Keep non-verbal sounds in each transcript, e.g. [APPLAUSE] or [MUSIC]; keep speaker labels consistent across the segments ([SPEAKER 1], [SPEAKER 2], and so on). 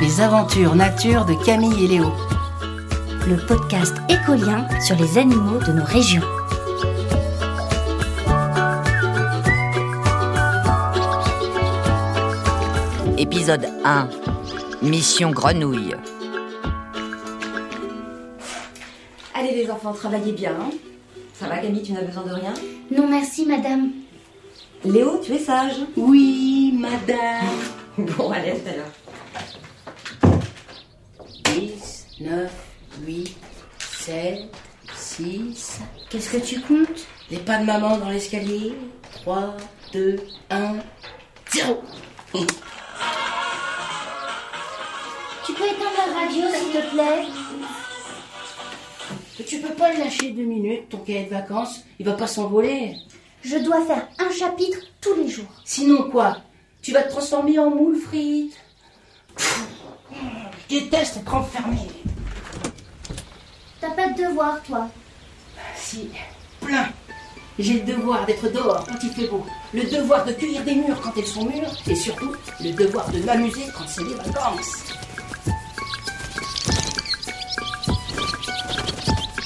[SPEAKER 1] les aventures nature de Camille et Léo.
[SPEAKER 2] Le podcast écolien sur les animaux de nos régions.
[SPEAKER 3] Épisode 1. Mission grenouille.
[SPEAKER 4] Allez les enfants, travaillez bien. hein. Ça va Camille, tu n'as besoin de rien
[SPEAKER 2] Non merci madame.
[SPEAKER 4] Léo, tu es sage.
[SPEAKER 1] Oui, madame.
[SPEAKER 4] Bon, allez, à tout à l'heure.
[SPEAKER 1] 10, 9, 8, 7, 6.
[SPEAKER 2] Qu'est-ce que tu comptes
[SPEAKER 1] Les pas de maman dans l'escalier. 3, 2, 1, 0.
[SPEAKER 2] Tu peux éteindre la radio s'il te plaît
[SPEAKER 1] Tu peux pas le lâcher deux minutes, ton cahier de vacances. Il va pas s'envoler.
[SPEAKER 2] Je dois faire un chapitre tous les jours.
[SPEAKER 1] Sinon quoi Tu vas te transformer en moule frite. Pfff. Je déteste être enfermé.
[SPEAKER 2] T'as pas de devoir toi.
[SPEAKER 1] Si, plein. J'ai le devoir d'être dehors quand il fait beau, le devoir de cueillir des murs quand elles sont mûres, et surtout le devoir de m'amuser quand c'est les vacances. [LAUGHS]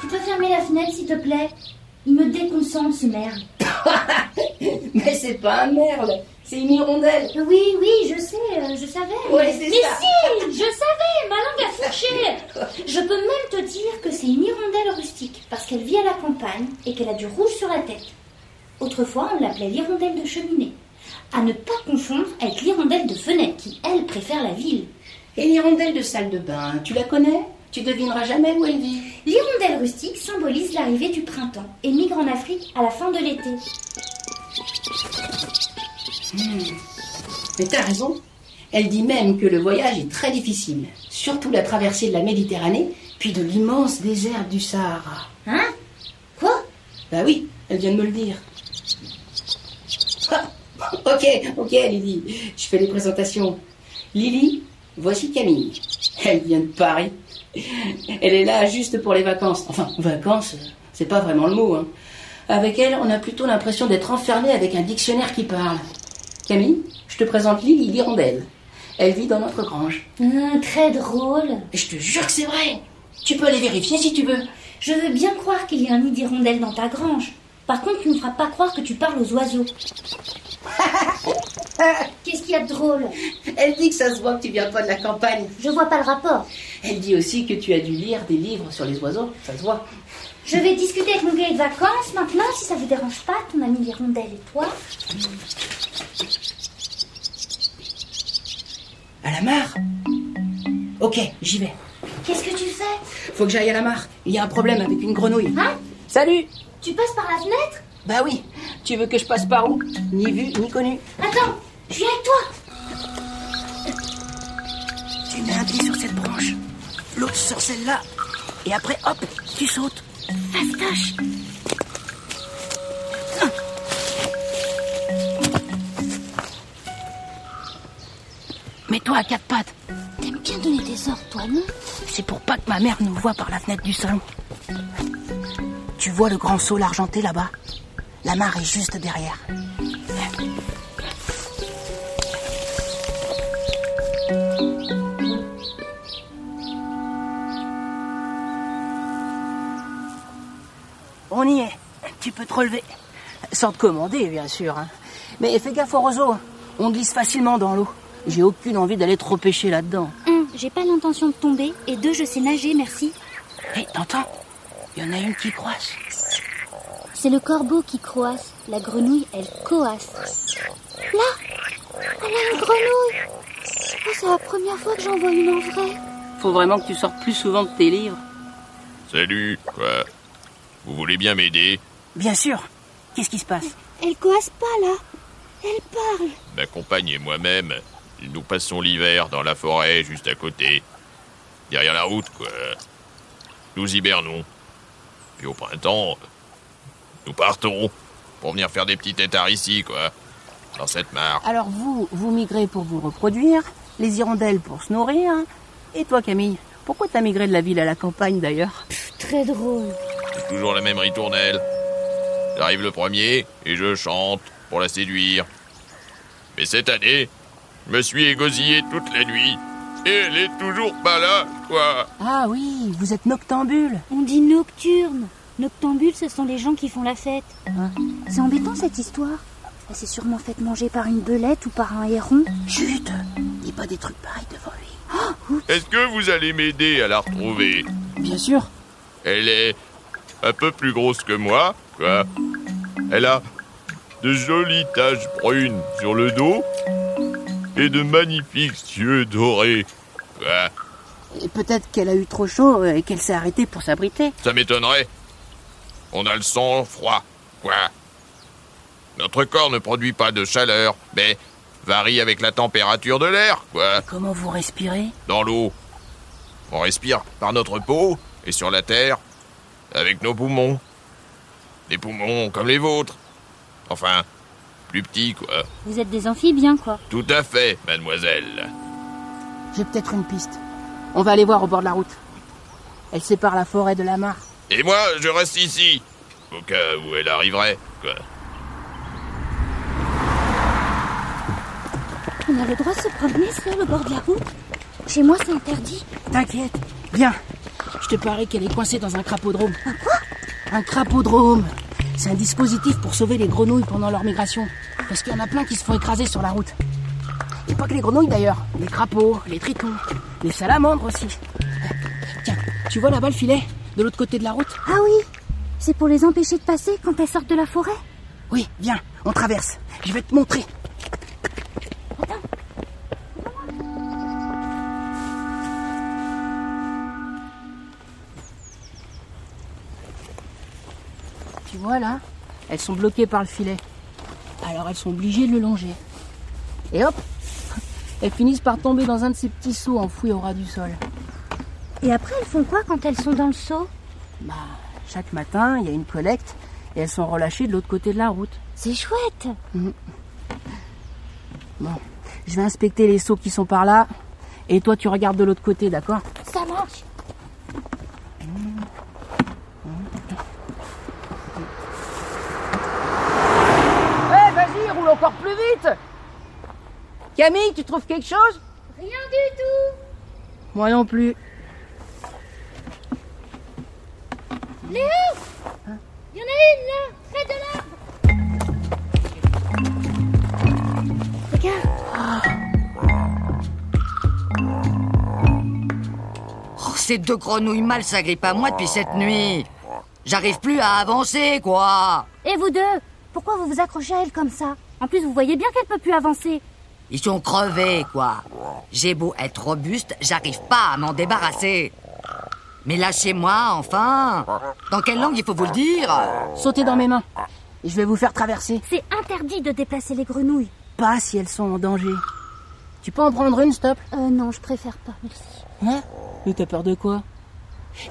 [SPEAKER 2] Tu peux fermer la fenêtre s'il te plaît Il me déconcentre ce merde.
[SPEAKER 1] Mais c'est pas un merle, c'est une hirondelle.
[SPEAKER 2] Oui, oui, je sais, euh, je savais.
[SPEAKER 1] Ouais,
[SPEAKER 2] mais
[SPEAKER 1] c'est
[SPEAKER 2] mais
[SPEAKER 1] ça.
[SPEAKER 2] si, je savais, ma langue a fourché. Je peux même te dire que c'est une hirondelle rustique, parce qu'elle vit à la campagne et qu'elle a du rouge sur la tête. Autrefois, on l'appelait l'hirondelle de cheminée, à ne pas confondre avec l'hirondelle de fenêtre, qui, elle, préfère la ville.
[SPEAKER 1] Et l'hirondelle de salle de bain, tu la connais Tu devineras jamais où elle vit.
[SPEAKER 2] L'hirondelle rustique symbolise l'arrivée du printemps et migre en Afrique à la fin de l'été.
[SPEAKER 1] Mais t'as raison. Elle dit même que le voyage est très difficile, surtout la traversée de la Méditerranée, puis de l'immense désert du Sahara.
[SPEAKER 2] Hein Quoi
[SPEAKER 1] Bah oui, elle vient de me le dire. Ah, ok, ok, Lily, je fais les présentations. Lily, voici Camille. Elle vient de Paris. Elle est là juste pour les vacances. Enfin, vacances, c'est pas vraiment le mot. hein. Avec elle, on a plutôt l'impression d'être enfermé avec un dictionnaire qui parle. Camille, je te présente Lily l'hirondelle. Elle vit dans notre grange.
[SPEAKER 2] Hum, Très drôle.
[SPEAKER 1] Et je te jure que c'est vrai. Tu peux aller vérifier si tu veux.
[SPEAKER 2] Je veux bien croire qu'il y a un nid d'hirondelle dans ta grange. Par contre, tu ne me feras pas croire que tu parles aux oiseaux. Qu'est-ce qu'il y a de drôle
[SPEAKER 1] Elle dit que ça se voit que tu viens pas de la campagne.
[SPEAKER 2] Je vois pas le rapport.
[SPEAKER 1] Elle dit aussi que tu as dû lire des livres sur les oiseaux, ça se voit.
[SPEAKER 2] Je vais discuter avec mon cahier de vacances maintenant, si ça vous dérange pas, ton ami l'hirondelle et toi.
[SPEAKER 1] À la mare Ok, j'y vais.
[SPEAKER 2] Qu'est-ce que tu fais
[SPEAKER 1] Faut que j'aille à la mare. Il y a un problème avec une grenouille.
[SPEAKER 2] Hein
[SPEAKER 1] Salut
[SPEAKER 2] Tu passes par la fenêtre
[SPEAKER 1] Bah oui, tu veux que je passe par où Ni vu, ni connu.
[SPEAKER 2] Attends, je viens avec toi.
[SPEAKER 1] Tu mets un pied sur cette branche, l'autre sur celle-là, et après, hop, tu sautes.
[SPEAKER 2] Fastoche.
[SPEAKER 1] Mets-toi à quatre pattes.
[SPEAKER 2] T'aimes bien donner des ordres, toi, non
[SPEAKER 1] C'est pour pas que ma mère nous voie par la fenêtre du salon. Tu vois le grand saule argenté là-bas La mare est juste derrière. On y est. Tu peux te relever. Sans te commander, bien sûr. hein. Mais fais gaffe aux roseaux. On glisse facilement dans l'eau. J'ai aucune envie d'aller trop pêcher là-dedans.
[SPEAKER 2] Un, j'ai pas l'intention de tomber, et deux, je sais nager, merci.
[SPEAKER 1] Hé, t'entends Il y en a une qui croise.
[SPEAKER 2] C'est le corbeau qui croasse, la grenouille, elle coasse. Là, elle a une grenouille. Oh, c'est la première fois que j'en vois une en vrai.
[SPEAKER 1] Faut vraiment que tu sortes plus souvent de tes livres.
[SPEAKER 5] Salut, quoi Vous voulez bien m'aider
[SPEAKER 1] Bien sûr. Qu'est-ce qui se passe
[SPEAKER 2] Elle coasse pas là. Elle parle.
[SPEAKER 5] Ma compagne et moi-même, nous passons l'hiver dans la forêt juste à côté. Derrière la route, quoi. Nous hibernons. Puis au printemps, nous partons pour venir faire des petits têtards ici, quoi. Dans cette mare.
[SPEAKER 1] Alors vous, vous migrez pour vous reproduire, les hirondelles pour se nourrir. Et toi Camille, pourquoi t'as migré de la ville à la campagne d'ailleurs
[SPEAKER 2] Très drôle.
[SPEAKER 5] C'est toujours la même ritournelle. J'arrive le premier et je chante pour la séduire. Mais cette année, Je me suis égosillé toute la nuit. Et elle est toujours pas là, quoi.
[SPEAKER 6] Ah oui, vous êtes noctambule.
[SPEAKER 2] On dit nocturne. Noctambules, ce sont les gens qui font la fête. C'est embêtant cette histoire. Elle s'est sûrement faite manger par une belette ou par un héron.
[SPEAKER 6] Chut Dis pas des trucs pareils devant lui.
[SPEAKER 5] Est-ce que vous allez m'aider à la retrouver
[SPEAKER 6] Bien sûr.
[SPEAKER 5] Elle est un peu plus grosse que moi, quoi. Elle a de jolies taches brunes sur le dos et de magnifiques yeux dorés. Quoi.
[SPEAKER 6] Et peut-être qu'elle a eu trop chaud et qu'elle s'est arrêtée pour s'abriter.
[SPEAKER 5] Ça m'étonnerait. On a le sang froid, quoi. Notre corps ne produit pas de chaleur, mais varie avec la température de l'air, quoi.
[SPEAKER 6] Comment vous respirez
[SPEAKER 5] Dans l'eau, on respire par notre peau et sur la terre, avec nos poumons. Des poumons comme les vôtres. Enfin, plus petits, quoi.
[SPEAKER 2] Vous êtes des amphibiens, quoi.
[SPEAKER 5] Tout à fait, mademoiselle.
[SPEAKER 6] J'ai peut-être une piste. On va aller voir au bord de la route. Elle sépare la forêt de la mare.
[SPEAKER 5] Et moi, je reste ici, au cas où elle arriverait, quoi.
[SPEAKER 2] On a le droit de se promener sur le bord de la route Chez moi, c'est interdit.
[SPEAKER 6] T'inquiète. Bien. Je te parie qu'elle est coincée dans un crapaudrome. Un quoi Un crapaudrome. C'est un dispositif pour sauver les grenouilles pendant leur migration. Parce qu'il y en a plein qui se font écraser sur la route. Et pas que les grenouilles d'ailleurs. Les crapauds, les tritons, les salamandres aussi. Tiens, tu vois là-bas le filet De l'autre côté de la route
[SPEAKER 2] Ah oui C'est pour les empêcher de passer quand elles sortent de la forêt
[SPEAKER 6] Oui, viens, on traverse. Je vais te montrer. Tu vois là Elles sont bloquées par le filet. Alors elles sont obligées de le longer. Et hop [LAUGHS] Elles finissent par tomber dans un de ces petits seaux enfouis au ras du sol.
[SPEAKER 2] Et après, elles font quoi quand elles sont dans le seau
[SPEAKER 6] Bah, chaque matin, il y a une collecte et elles sont relâchées de l'autre côté de la route.
[SPEAKER 2] C'est chouette
[SPEAKER 6] Bon, je vais inspecter les seaux qui sont par là. Et toi, tu regardes de l'autre côté, d'accord
[SPEAKER 2] Ça marche
[SPEAKER 6] Eh, vas-y, roule encore plus vite Camille, tu trouves quelque chose
[SPEAKER 7] Rien du tout
[SPEAKER 6] Moi non plus.
[SPEAKER 7] Il y en a une là, près de là
[SPEAKER 3] Oh, ces deux grenouilles mâles s'agrippent à moi depuis cette nuit. J'arrive plus à avancer, quoi.
[SPEAKER 2] Et vous deux Pourquoi vous vous accrochez à elle comme ça En plus, vous voyez bien qu'elle peut plus avancer.
[SPEAKER 3] Ils sont crevés, quoi. J'ai beau être robuste, j'arrive pas à m'en débarrasser. Mais lâchez-moi, enfin. Dans quelle langue il faut vous le dire
[SPEAKER 6] Sautez dans mes mains. Et je vais vous faire traverser.
[SPEAKER 2] C'est interdit de déplacer les grenouilles.
[SPEAKER 6] Pas si elles sont en danger. Tu peux en prendre une, stop
[SPEAKER 2] Euh, non, je préfère pas, merci.
[SPEAKER 6] Hein Mais t'as peur de quoi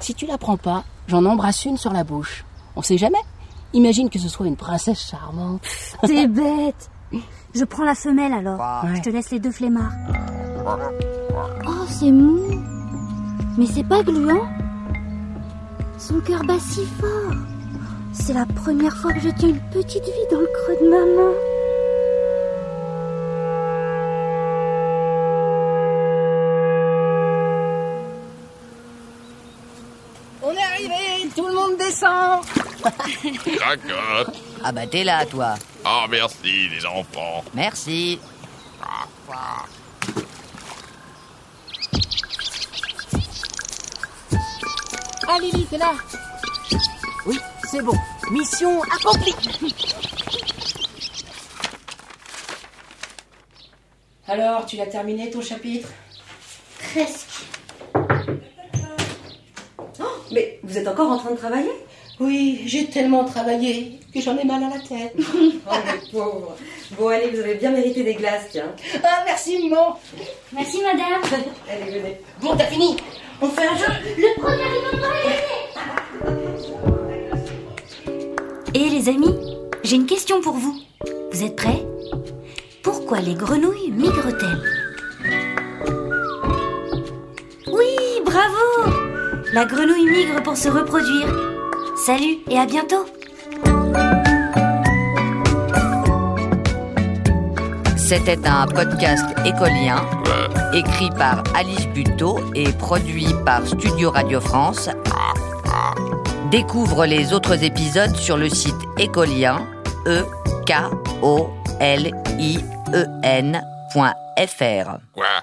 [SPEAKER 6] Si tu la prends pas, j'en embrasse une sur la bouche. On sait jamais. Imagine que ce soit une princesse [LAUGHS] charmante.
[SPEAKER 2] T'es bête Je prends la femelle alors.
[SPEAKER 3] Ouais.
[SPEAKER 2] Je te laisse les deux flemmards. Oh, c'est mou Mais c'est pas gluant Son cœur bat si fort C'est la première fois que je tiens une petite vie dans le creux de ma main.
[SPEAKER 6] On est arrivé, tout le monde descend.
[SPEAKER 5] Cracotte.
[SPEAKER 3] Ah bah t'es là, toi.
[SPEAKER 5] hein. Ah, merci, les enfants.
[SPEAKER 3] Merci.
[SPEAKER 6] Ah Lily, t'es là Oui, c'est bon. Mission accomplie.
[SPEAKER 8] Alors, tu l'as terminé ton chapitre
[SPEAKER 7] Presque.
[SPEAKER 9] Oh, Mais vous êtes encore en train de travailler
[SPEAKER 8] Oui, j'ai tellement travaillé que j'en ai mal à la tête.
[SPEAKER 9] [LAUGHS] Oh, les pauvres. Bon, allez, vous avez bien mérité des glaces, tiens.
[SPEAKER 8] ah, merci, maman.
[SPEAKER 7] Merci madame.
[SPEAKER 9] Allez, venez.
[SPEAKER 8] Bon, t'as fini. On fait un jeu.
[SPEAKER 7] Le premier arrivant doit y aller.
[SPEAKER 2] Et Eh, les amis, j'ai une question pour vous. Vous êtes prêts Pourquoi les grenouilles migrent-elles Oui, bravo La grenouille migre pour se reproduire. Salut et à bientôt
[SPEAKER 3] C'était un podcast écolien
[SPEAKER 5] Euh,
[SPEAKER 3] écrit par Alice Buteau et produit par Studio Radio France. Découvre les autres épisodes sur le site écolien e k o l i e n.fr.
[SPEAKER 5] quoi